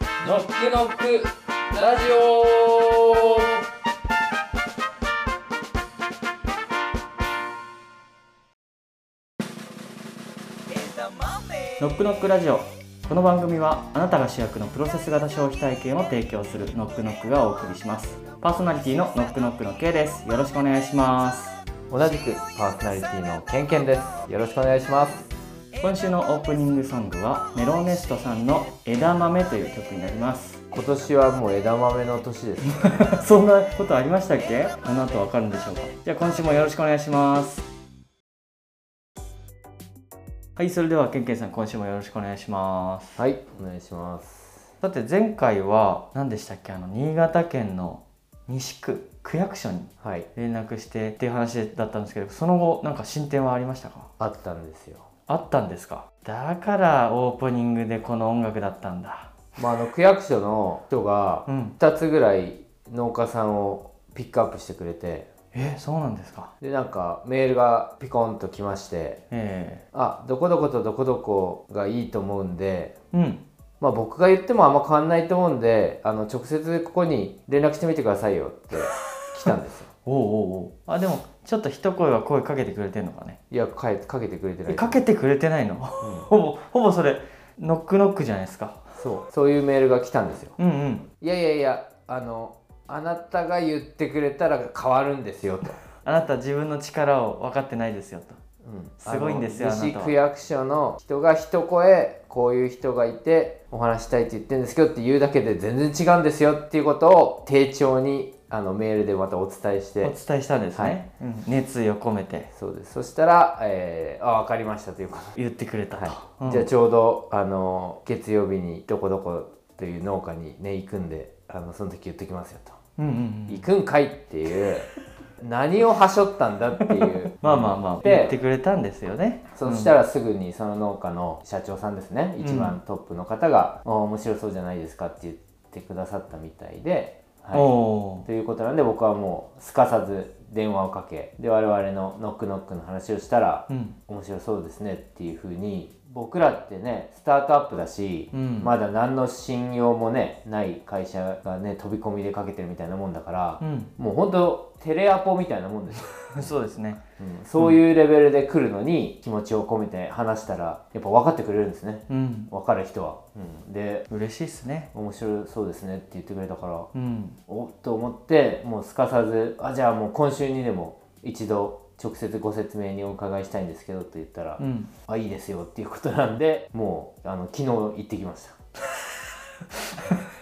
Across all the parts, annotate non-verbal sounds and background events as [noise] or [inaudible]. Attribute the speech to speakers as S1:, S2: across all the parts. S1: くのくラジオ
S2: ノックノックラジオこの番組はあなたが主役のプロセス型消費体験を提供するノックノックがお送りしますパーソナリティのノックノックの K ですよろしくお願いします
S3: 同じくパーソナリティのケンケンですよろしくお願いします
S2: 今週のオープニングソングはメロネストさんの枝豆という曲になります [laughs]
S3: 今年はもう枝豆の年ですね
S2: そんなことありましたっけこの後わかるんでしょうかじゃあ今週もよろしくお願いしますはいそれではケンケンさん今週もよろしくお願いします
S3: はいお願いします
S2: だって前回は何でしたっけあの新潟県の西区区役所に
S3: はい
S2: 連絡してっていう話だったんですけどその後なんか進展はありましたか
S3: あったんですよ
S2: あったんですかだからオープニングでこの音楽だったんだ
S3: まああの区役所の人が
S2: うん
S3: 2つぐらい農家さんをピックアップしてくれて
S2: えそうなんですか
S3: でなんかメールがピコンと来まして
S2: え
S3: あどこどことどこどこがいいと思うんで
S2: えうん
S3: まあ僕が言ってもあんま変わんないと思うんであの直接ここに連絡してみてくださいよっ
S2: [laughs]
S3: て来たんですよ
S2: おうおうおうあでもちょっと一声は声かけてくれてんのかね
S3: いやかえかけてくれてない
S2: えかけてくれてないの
S3: うん
S2: [laughs] ほぼほぼそれノックノックじゃないですか
S3: そうそういうメールが来たんですよ
S2: うんうん
S3: いやいやいやあのあなたが言ってくれたら変わるんです
S2: [laughs]
S3: よと、
S2: あなた自分の力を分かってないですよと
S3: うん
S2: すごいんですよ
S3: あの
S2: あな
S3: 西
S2: たは
S3: 区役所の人が一声こういう人がいてお話したいって言ってるんですけどって言うだけで全然違うんですよっていうことを丁重にあのメールでまたお伝えし
S2: お
S3: て
S2: 伝えしたんですね、
S3: はい
S2: うん熱意を込めて
S3: そうですそしたら、えーあ分かりましたということ
S2: 言ってくれたと、
S3: はい
S2: うん
S3: じゃあちょうどあの月曜日にどこどこという農家にね行くんであのその時言っときますよと。
S2: うんうんうん
S3: 行くんかいって
S2: [laughs]
S3: いう何をはしょったんだっていう
S2: まあまあまあ言って
S3: で
S2: くれたんですよね
S3: そ
S2: うん
S3: したらすぐにその農家の社長さんですね一番トップの方が「あー面白そうじゃないですか」って言ってくださったみたいで、は
S2: お
S3: い、ということなんで僕はもうすかさず電話をかけで我々のノックノックの話をしたら
S2: ーうん
S3: 面白そうですねっていうふうに僕らってねスタートアップだし、
S2: うん
S3: まだ何の信用もねない会社がね飛び込みでかけてるみたいなもんだから、
S2: う
S3: もう本当テレアポみたいなもんです
S2: [laughs]
S3: よ、
S2: んそうですね
S3: うんそういうレベルで来るのに気持ちを込めて話したらやっぱ分かってくれるんですね
S2: うん
S3: 分かる人は、うん、で
S2: 嬉しいっすね
S3: 面白そうですねって言ってくれたから
S2: うん
S3: おっと思ってもうすかさずあじゃあもう今週にでも一度直接ご説明にお伺いしたいんですけどと言ったら、
S2: うん
S3: あいいですよっていうことなんでもうあの昨日行ってきまし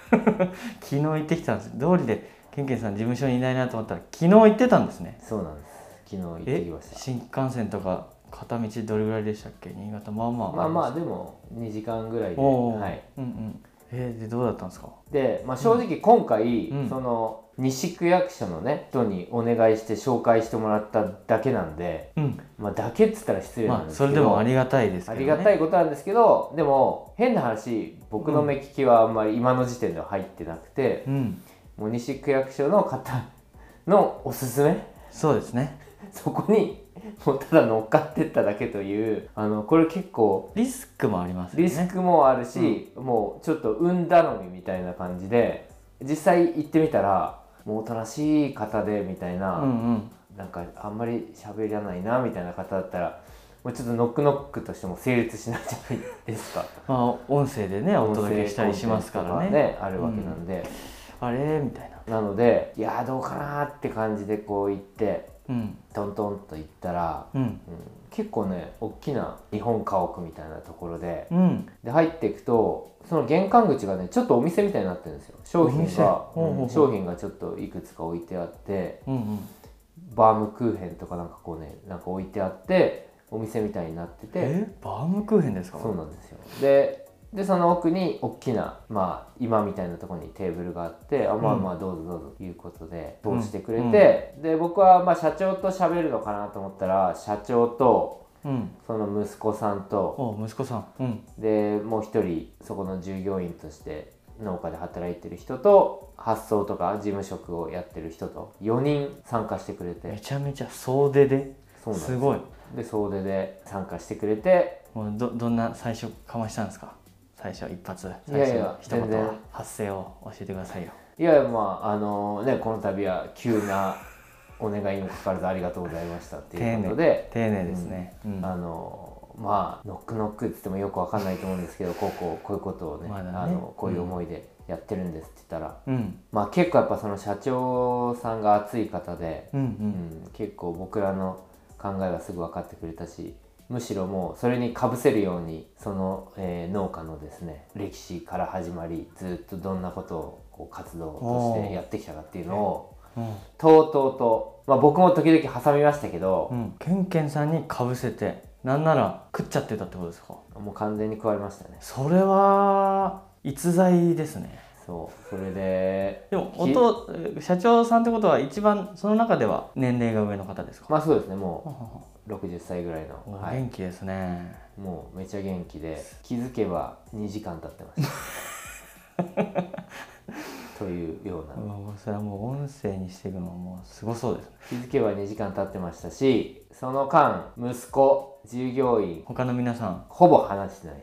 S3: た
S2: 昨日行ってきたんです道理でケンケンさん事務所にいないなと思ったら昨日行ってたんですね
S3: そうなんです昨日行ってき
S2: え
S3: ました
S2: 新幹線とか片道どれぐらいでしたっけ新潟まあまあ
S3: まあまあでも2時間ぐらいで、
S2: おー
S3: はい、
S2: うんうんえー、でどうだったんですか
S3: で、まあ、正直今回、
S2: うん
S3: その西区役所のね人にお願いして紹介してもらっただけなんで、
S2: うん
S3: まあ、だけっつったら失礼な
S2: ま
S3: ん
S2: あ
S3: です
S2: そ
S3: けど、
S2: れでもありがたいです
S3: あ
S2: けど
S3: り
S2: ね
S3: がたいことなんですけどでも変な話僕の目利きはあんまり今の時点では入ってなくて、
S2: うん
S3: もう西区役所の方のおすすめ
S2: そうですね
S3: そこにもうただ乗っかってっただけというあのこれ結構
S2: リスクもありますよね
S3: リスクもあるし、もうちょっと運頼みみたいな感じで実際行ってみたらもうおとなしい方でみたいうな、
S2: んうん
S3: なんかあんまり喋らないなみたいな方だったらもうちょっとノックノックとしても成立しないじゃないですか。
S2: まあ、音声でね [laughs] お届けしたりしますからね
S3: 音声コンテンツとかあるわけなんで、
S2: あれみたいな
S3: なのでいやーどうかなーって感じでこう行って
S2: うん
S3: トントンと行ったら、
S2: うん
S3: うん結構ね大きな日本家屋みたいなところで
S2: うん
S3: で入っていくとその玄関口がねちょっとお店みたいになってるんですよ商
S2: お
S3: 品
S2: 店
S3: が
S2: ほうほうほう
S3: うん商品がちょっといくつか置いてあって
S2: うん
S3: バームクーヘンとかなんかこうねなんか置いてあってお店みたいになってて
S2: えバームクーヘンですか
S3: そうなんですよででその奥に大きなまあ今みたいなところにテーブルがあってあまあまあどうぞどうぞということで
S2: うん
S3: 通してくれて、で僕はまあ社長と喋るのかなと思ったら社長と
S2: うん
S3: その息子さんと
S2: お息子さんうん
S3: でもう一人そこの従業員として農家で働いてる人と発送とか事務職をやってる人と4人参加してくれ
S2: め
S3: て
S2: ちゃめちゃ総出で
S3: そうなんです
S2: すごい
S3: で総出で参加してくれて
S2: もうどどんな最初かましたんですか最初一発
S3: いや
S2: 最
S3: いや
S2: 初の一
S3: 全
S2: 言
S3: 然
S2: 発声を教えてくださいよ
S3: いやまああのねこの度は急なお願いにもかかわらずありがとうございましたっていうことで、
S2: 丁寧ですね、うん
S3: あのまあノックノックって言ってもよくわかんないと思うんですけどこうこうこういうことをね,、
S2: まだね
S3: あのこういう思いでやってるんですって言ったら、
S2: うん
S3: まあ結構やっぱその社長さんが熱い方で、
S2: うんう
S3: うんん、結構僕らの考えはすぐ分かってくれたしむしろもうそれにかぶせるようにその、えー農家のですね歴史から始まりずっとどんなことをこう活動としてやってきたかっていうのを
S2: うん
S3: とうとうと、まあ、僕も時々挟みましたけど
S2: う、んケンケンさんにかぶせてなんなら食っちゃってたってことですか
S3: もう完全に食われましたね
S2: それは逸材ですね
S3: そうそれで
S2: でも音社長さんってことは一番その中では年齢が上の方ですか、
S3: まあそうですねも
S2: ははは
S3: う60歳ぐらいの、
S2: お
S3: はい、
S2: 元気ですね、
S3: もうめちゃ元気で気づけば2時間経ってました
S2: [laughs]
S3: というような
S2: うわもうそれはもう音声にしていくのはもうすごそうですね
S3: 気づけば2時間経ってましたしその間息子従業員
S2: 他の皆さん
S3: ほぼ話してない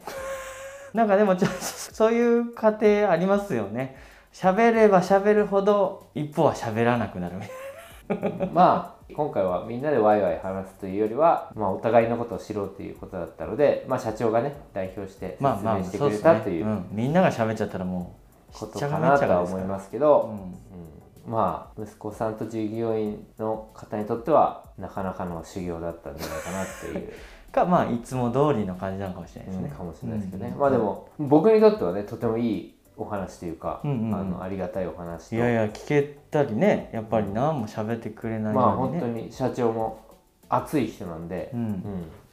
S2: なんかでもちょっとそういう過程ありますよね喋れば喋るほど一方は喋らなくなるみたい
S3: まあ今回はみんなでワイワイ話すというよりは、まあ、お互いのことを知ろうということだったので、まあ、社長がね代表して説
S2: なまあま
S3: 明
S2: あ
S3: して
S2: そ
S3: く
S2: うで
S3: れ
S2: す
S3: た
S2: ね、
S3: といううん
S2: みんなが喋っちゃったらもう
S3: こ
S2: しっ
S3: と
S2: ちゃ
S3: か
S2: かめ
S3: な
S2: っち
S3: と
S2: ゃか
S3: は
S2: です
S3: 思
S2: か
S3: い
S2: ら
S3: ますけど、
S2: うん
S3: うんまあ息子さんと従業員の方にとってはなかなかの修行だったんじゃないかなっていう。
S2: かまあいつも通りの感じなのかもしれないです
S3: うん
S2: ね、
S3: かもしれないですけどね、
S2: うん
S3: まあでも僕にとってはねとてもいいお話というか、
S2: うんうんうん
S3: あのありがたいお話と
S2: いやいや聞けたりねやっぱり何も喋ってくれない
S3: まあ
S2: のに
S3: 本
S2: ね、
S3: 当に社長も熱い人なんで、
S2: うん
S3: うん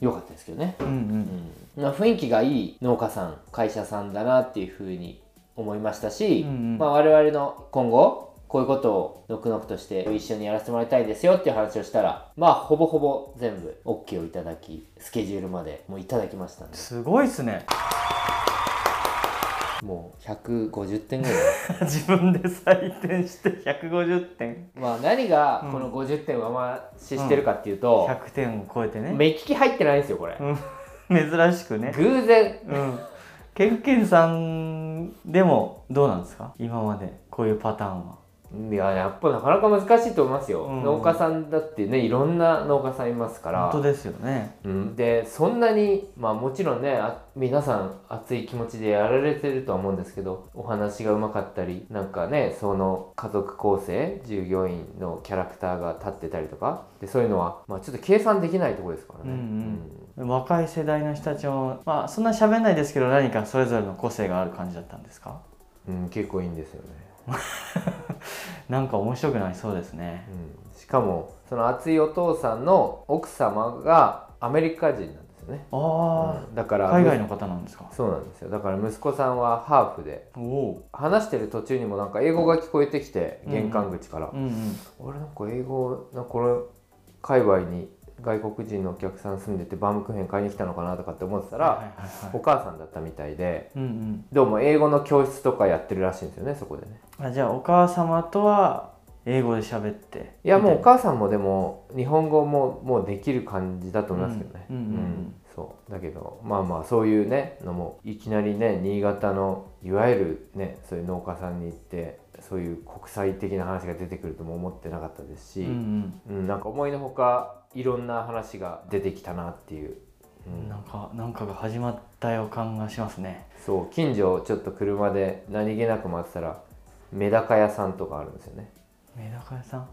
S3: 良かったですけどね、
S2: うんうん
S3: まあ雰囲気がいい農家さん会社さんだなっていうふうに思いましたし、
S2: うんうん
S3: まあ、我々の今後こういうことをノクノクとして一緒にやらせてもらいたいですよっていう話をしたらまあほぼほぼ全部 OK をいただきスケジュールまでもういただきましたんです
S2: ごいっすね [laughs]
S3: もう150点ぐらい。
S2: 自分で採点して150点
S3: まあ何がこの50点を上回ししてるかっていうと、
S2: 100点を超えてね
S3: 目利き入ってないんですよこれ、
S2: 珍しくね
S3: 偶然
S2: うんケンケンさんでもどうなんですか今までこういうパターンはい
S3: ややっぱなかなか難しいと思いますよ、
S2: うん
S3: 農家さんだってねいろんな農家さんいますから
S2: 本当ですよね
S3: うんでそんなにまあもちろんねあ皆さん熱い気持ちでやられてるとは思うんですけどお話がうまかったりなんかねその家族構成従業員のキャラクターが立ってたりとかでそういうのは、まあ、ちょっと計算できないところですからね、
S2: うんうん若い世代の人たちもまあそんな喋んないですけど何かそれぞれの個性がある感じだったんですか
S3: うんうん結構いいんですよね
S2: なんか面白くなりそうですね
S3: うん、しかもその熱いお父さんの奥様がアメリカ人なんですよね、
S2: あ
S3: うんだか
S2: あ
S3: ら
S2: 海外の方なんですか
S3: そうなんですよだから息子さんはハーフで
S2: おお
S3: 話してる途中にもなんか英語が聞こえてきて
S2: うん
S3: 玄関口から
S2: ー、うんうん
S3: 俺なんか英語なんかこれ界隈に外国人のお客さん住んでてバームクーヘン買いに来たのかなとかって思ってたら、
S2: はいはいはいは
S3: お母さんだったみたいで
S2: いうん
S3: どうも英語の教室とかやってるらしいんですよねそこでね
S2: うんあじゃあお母様とは英語で喋って
S3: いやもうお
S2: み
S3: 母さんもでも日本語ももうできる感じだと思いますけどね、
S2: うんうんうんうん
S3: そうだけどまあまあそういうねのもいきなりね新潟のいわゆるねそういう農家さんに行ってそういう国際的な話が出てくるとも思ってなかったです
S2: た
S3: し、
S2: いなうん
S3: うんなんか思いのほかいろんな話が出てきたなっていう、う
S2: うん
S3: ん
S2: なんかなんかが始まった予感がしますね
S3: そう近所をちょっと車で何気なく回ってたらメダカ屋さんとかあるんですよね
S2: メダカ屋さん
S3: うん、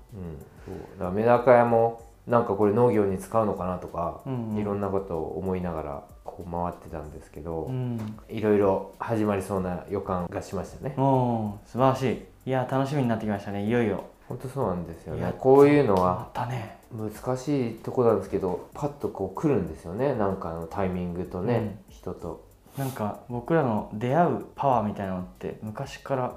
S3: そうだからメダカ屋もなんかこれ農業に使うのかなとか、
S2: うんうん
S3: いろんなことを思いながらこう回ってたんですけど、
S2: うん
S3: いろいろ始まりそうな予感がしましたね。
S2: おー素晴らしいいや楽しみになってきましたねいよいよ
S3: 本当そうなんですよ
S2: やっ
S3: ね
S2: と
S3: こういうの
S2: 決
S3: は
S2: まったね
S3: 難しいとこなんですけどパッとこう来るんですよねなんかのタイミングとね、人と。
S2: なんか僕らの出会うパワーみたいなのって昔から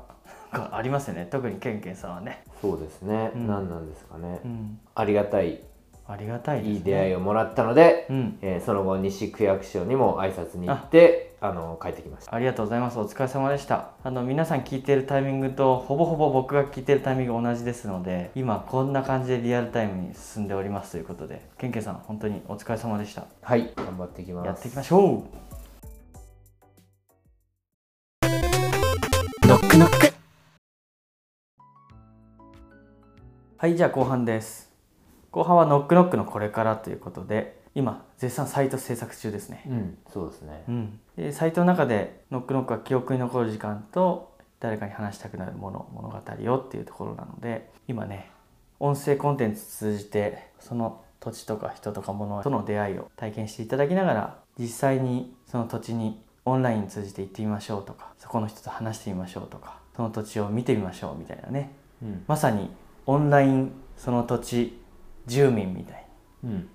S2: なんかありますよね特にケンケンさんはね
S3: そうですね、
S2: うん
S3: 何なんですかね、
S2: うん
S3: ありがたい
S2: ありがたいですね
S3: いい出会いをもらったので、
S2: うん
S3: えーその後西区役所にも挨拶に行ってあの帰ってきました
S2: ありがとうございます。お疲れ様でした。あの皆さん聞いてるタイミングとほぼほぼ僕が聞いてるタイミング同じですので、今こんな感じでリアルタイムに進んでおりますということで、ケンケンさん本当にお疲れ様でした。
S3: はい頑張ってきます
S2: やっていきましょう。はいじゃあ後半です後半はノックノックのこれからということで今絶賛サイト制作中ですね
S3: うんそうですね
S2: うん、でサイトの中で「ノックノック」は記憶に残る時間と誰かに話したくなるもの物語をっていうところなので今ね音声コンテンツ通じてその土地とか人とか物との出会いを体験していただきながら実際にその土地にオンライン通じて行ってみましょうとかそこの人と話してみましょうとかその土地を見てみましょうみたいなね
S3: うん
S2: まさにオンラインその土地住民みたいに
S3: うん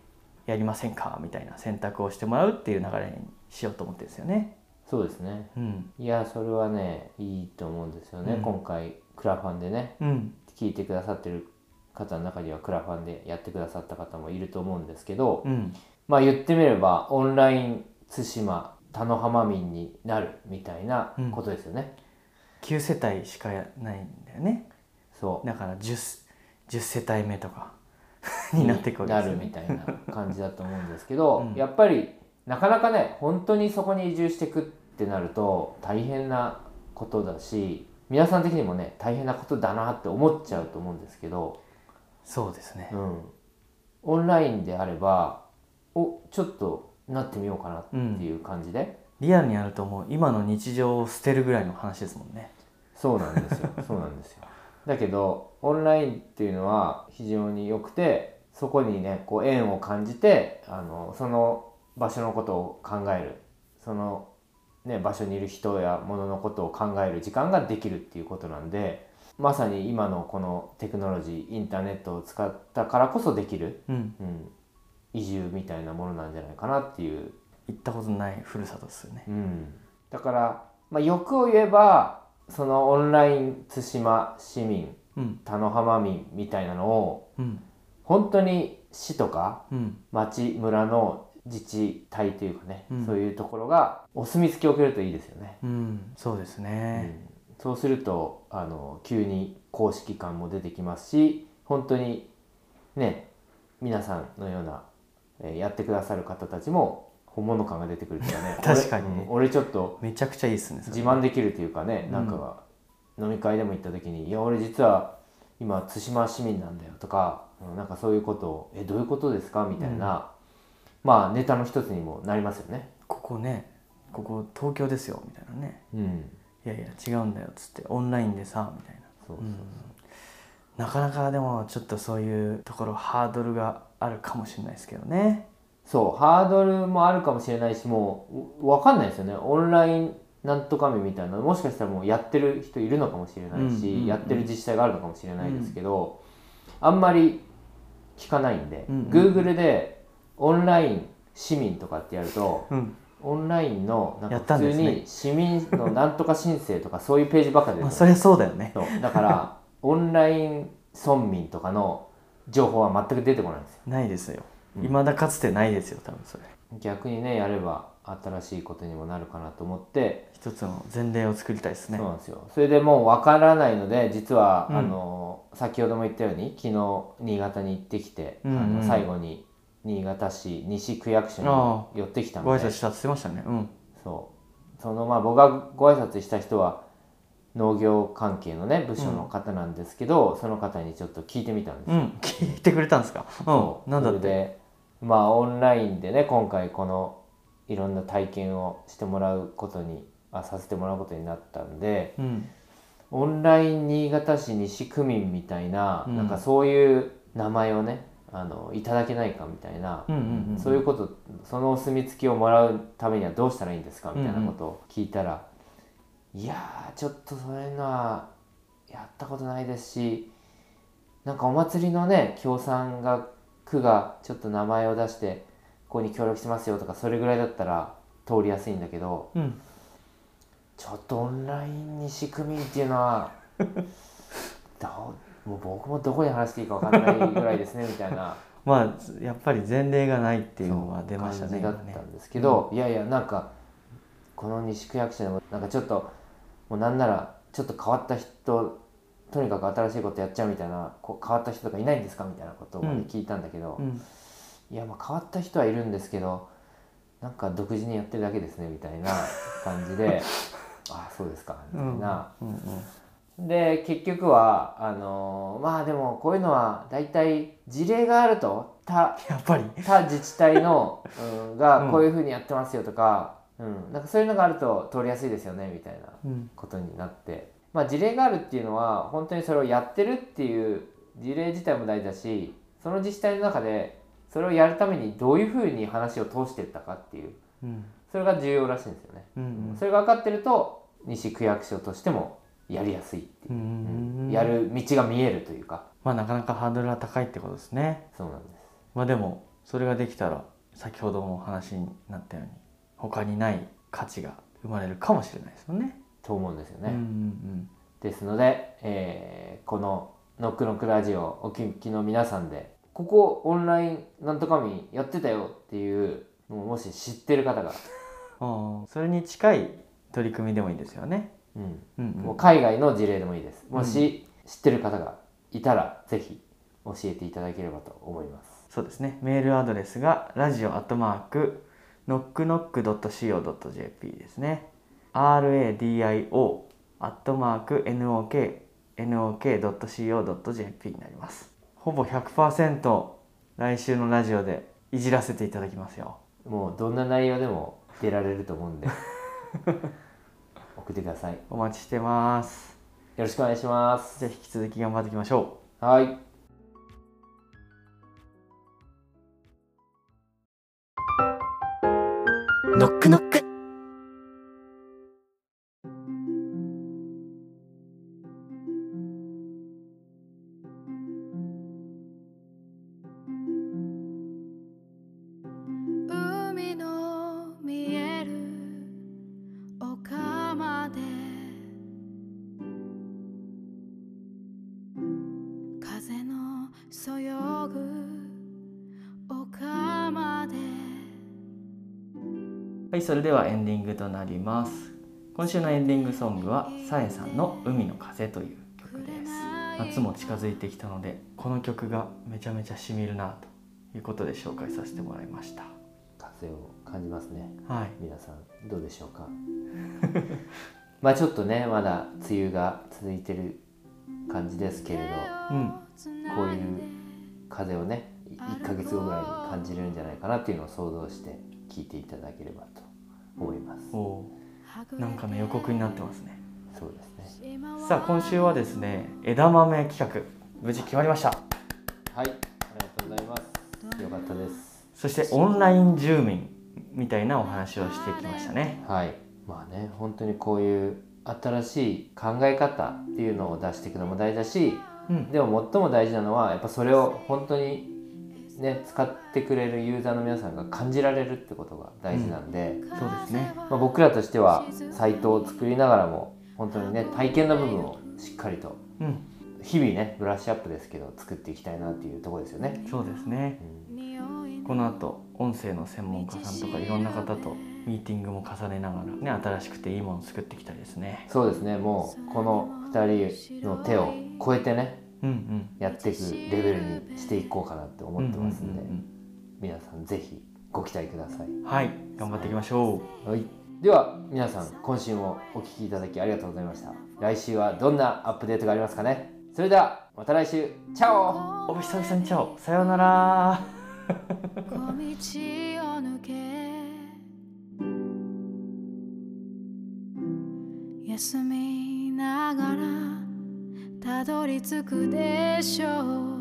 S2: やりませんかみたいな選択をしてもらうっていう流れにしようと思ってるんですよね。
S3: そうですね
S2: うん、
S3: いやそれはねいいと思うんですよね、
S2: うん
S3: 今回クラファンでね
S2: うん、
S3: 聞いてくださってる方の中にはクラファンでやってくださった方もいると思うんですけど、
S2: うん、
S3: まあ言ってみればオンライン対馬田野浜民になるみたいなことですよね、
S2: 9世帯しかないんだよね
S3: そう
S2: だから10 10世帯目とか [laughs] になってくる
S3: なるみたいな感じだと思うんですけど、
S2: [laughs] うん
S3: やっぱりなかなかね本当にそこに移住してくってなると大変なことだし皆さん的にもね大変なことだなって思っちゃうと思うんですけど、
S2: そうですね
S3: うん、オンラインであればおちょっとなってみようかなっていう感じで、
S2: リアルにやるともう今の日常を捨てるぐらいの話ですもんね
S3: そうなんです [laughs] よそうなんですよだけどオンラインっていうのは非常に良くてそこにねこう縁を感じてあのその場所のことを考えるその、ね、場所にいる人や物のことを考える時間ができるっていうことなんでまさに今のこのテクノロジーインターネットを使ったからこそできる、
S2: うん
S3: うん、移住みたいなものなんじゃないかなっていう
S2: 行ったことないふるさとですよね
S3: うん、だから、まあ、欲を言えばそのオンライン対馬市民
S2: うん
S3: 田野浜民みたいなのを
S2: うん
S3: 本当に市とか
S2: うん
S3: 町村の自治体というかね、
S2: うん
S3: そういうところがお墨付きを受けるといいですよね。
S2: うんそうですね
S3: うんそうするとあの急に公式感も出てきますし本当にね皆さんのような、えーやってくださる方たちも本物感が出てくるというか [laughs] ね
S2: 確かに
S3: 俺,うん、俺ちょっと
S2: めちゃくちゃいいですねそれ
S3: 自慢できるというかねなんか飲み会でも行った時に「いや俺実は今対馬市民なんだよ」とかうんなんかそういうことを「えどういうことですか?」みたいな、まあネタの一つにもなりますよね。
S2: ここねここ東京ですよみたいなね
S3: うん、
S2: いやいや違うんだよっつってオンラインでさみたいな
S3: そう
S2: うんなかなかでもちょっとそういうところハードルがあるかもしれないですけどね
S3: そうハードルもあるかもしれないしもうわかんないですよねオンラインなんとかみみたいなもしかしたらもうやってる人いるのかもしれないし、
S2: うんうんうん
S3: やってる自治体があるのかもしれないですけど、あんまり聞かないんで、
S2: うんうん
S3: Google でオンライン市民とかってやると
S2: うん
S3: オンラインのな
S2: や
S3: ん
S2: った
S3: か
S2: ん
S3: 普
S2: で
S3: 通
S2: すね
S3: に市民のなんとか申請とかそういうページばっか出
S2: まあ
S3: て
S2: そ
S3: く
S2: り
S3: る
S2: ゃそうだよね
S3: そうだからオンライン村民とかの情報は全く出てこないんですよ
S2: ないですよ
S3: うん
S2: 未だかつてないですよ多分それ
S3: 逆にねやれば新しいことにもなるかなと思って、
S2: 一つの前例を作りたいですね
S3: そうなんですよそれでもう分からないので実は、
S2: うん
S3: あの先ほども言ったように昨日新潟に行ってきて、
S2: うんうん
S3: あの最後に新潟市西区役所
S2: あ
S3: に寄ってきた
S2: ご
S3: の
S2: 挨
S3: で
S2: 拶したって言ってましたねうん
S3: そうそのまあ僕がご挨拶した人は農業関係のね部署の方なんですけど、その方にちょっと聞いてみたんです
S2: うん聞いてくれたんですか
S3: そ
S2: うんなんだっ
S3: それ
S2: て
S3: でまあオンラインでね今回このいろんな体験をしてもらうことにあさせてもらうことになったんで
S2: うん
S3: オンライン新潟市西区民みたいな,、
S2: うん
S3: なんかそういう名前をねあのいただけないかみたいな、
S2: うんうんうん
S3: そういうことそのお墨付きをもらうためにはどうしたらいいんですかみたいなことを聞いたら、いやーちょっとそういうのはやったことないですしなんかお祭りのね協賛が区がちょっと名前を出してここに協力しますよとかそれぐらいだったら通りやすいんだけど
S2: うん
S3: ちょっとオンラインに仕組みっていうの [laughs] はどうもう僕もどこに話していいか分かんないぐらいですねみたいな。
S2: まあやっぱり前例がないっていう
S3: そう
S2: のは出ましたね
S3: 感
S2: 今
S3: じだ
S2: ね
S3: ったんですけど、いやいやなんかこの西区役所でもなんかちょっともうなんならちょっと変わった人とにかく新しいことやっちゃうみたいなこう変わった人とかいないんですかみたいなことを
S2: うん
S3: 聞いたんだけど、
S2: うん
S3: いやまあ変わった人はいるんですけどなんか独自にやって
S2: [laughs]
S3: るだけですねみたいな感じでああそうですかみたいな、
S2: うんうん
S3: で結局はあのーまあでもこういうのは大体事例があると他
S2: やっぱり
S3: 他自治体
S2: [laughs]
S3: の、うん、
S2: う
S3: が
S2: ん
S3: こういうふうにやってますよとか,、うん、なんかそういうのがあると通りやすいですよねみたいな
S2: うん
S3: ことになって、まあ、事例があるっていうのは本当にそれをやってるっていう事例自体も大事だしその自治体の中でそれをやるためにどういうふうに話を通していったかっていう
S2: うん
S3: それが重要らしいんですよね。
S2: うんうん
S3: それが分かってると西区役所としてもやりやすいっていうう、
S2: ん
S3: やる道が見えるというか
S2: まあなかなかハードルは高いってことですね
S3: そうなんです。
S2: まあでもそれができたら先ほどもお話になったように他にない価値が生まれるかもしれないですよね。
S3: と思うんですよ
S2: うんう
S3: ね。
S2: ん
S3: ですので、えーこの「ノックノックラジオ」お聞きの皆さんでここオンラインなんとかみやってたよっていうのをもし知ってる方が、
S2: うん、ああそれに近い取り組みでもいいですよね。
S3: うん
S2: うんうん、
S3: もう海外の事例でもいいです。もし知ってる方がいたらぜひ教えていただければと思います。
S2: そうですねメールアドレスがラジオアットマークノックノック .co.jp ですね RADIO アットマーク NOKNOK.co.jp になりますほぼ100%来週のラジオでいじらせていただきますよ
S3: もうどんな内容でも出られると思
S2: [laughs]
S3: うんで送ってください。よ
S2: お待ちしてます
S3: ろしくお願いします
S2: じゃ。あ引き続き頑張っていきましょ
S3: はい。
S4: ノックノック
S5: 海の見える丘まで風のそよぐ丘まで
S2: うはいそれではエンディングとなります今週のエンディングソングはさえさんの海の風という曲です夏も近づいてきたのでこの曲がめちゃめちゃしみるなということで紹介させてもらいました
S3: 風を感じますね
S2: はい
S3: 皆さんどうでしょうか [laughs] まあちょっとねまだ梅雨が続いてる感じですけれど
S2: うん
S3: こういう風をねい1ヶ月後ぐらいに感じるんじゃないかなっていうのを想像して聞いていただければと思います
S2: おおーなんかね予告になってますね
S3: そうですね
S2: さあ今週はですね枝豆企画無事決まりました
S3: はいありがとうございますよかったです
S2: そしてオンライン住民みたいなお話をしてきましたね
S3: はいまあね本当にこういう新しい考え方っていうのを出していくのも大事だし
S2: うん
S3: でも最も大事なのはやっぱそれを本当にね使ってくれるユーザーの皆さんが感じられるってことが大事なんで、
S2: そうですね
S3: まあ、僕らとしてはサイトを作りながらも本当にね体験の部分をしっかりと
S2: うん
S3: 日々ねブラッシュアップですけど作っていきたいなっていうところですよね。
S2: そうですね
S3: うん
S2: この後音声の専門家さんとかいろんな方とミーティングも重ねながらね新しくていいもの作っていきたいですね
S3: そうですねもうこの2人の手を超えてね
S2: うんうん
S3: やっていくレベルにしていこうかなって思ってますんで、
S2: うんうんうん
S3: 皆さんぜひご期待ください。
S2: うんはい頑張っていきましょう
S3: はい、では皆さん今週もお聞きいただきありがとうございました来週はどんなアップデートがありますかねそれではまた来週チャオ
S2: お久々にちゃおさようなら
S5: 小道を抜け休みながらたどり着くでしょう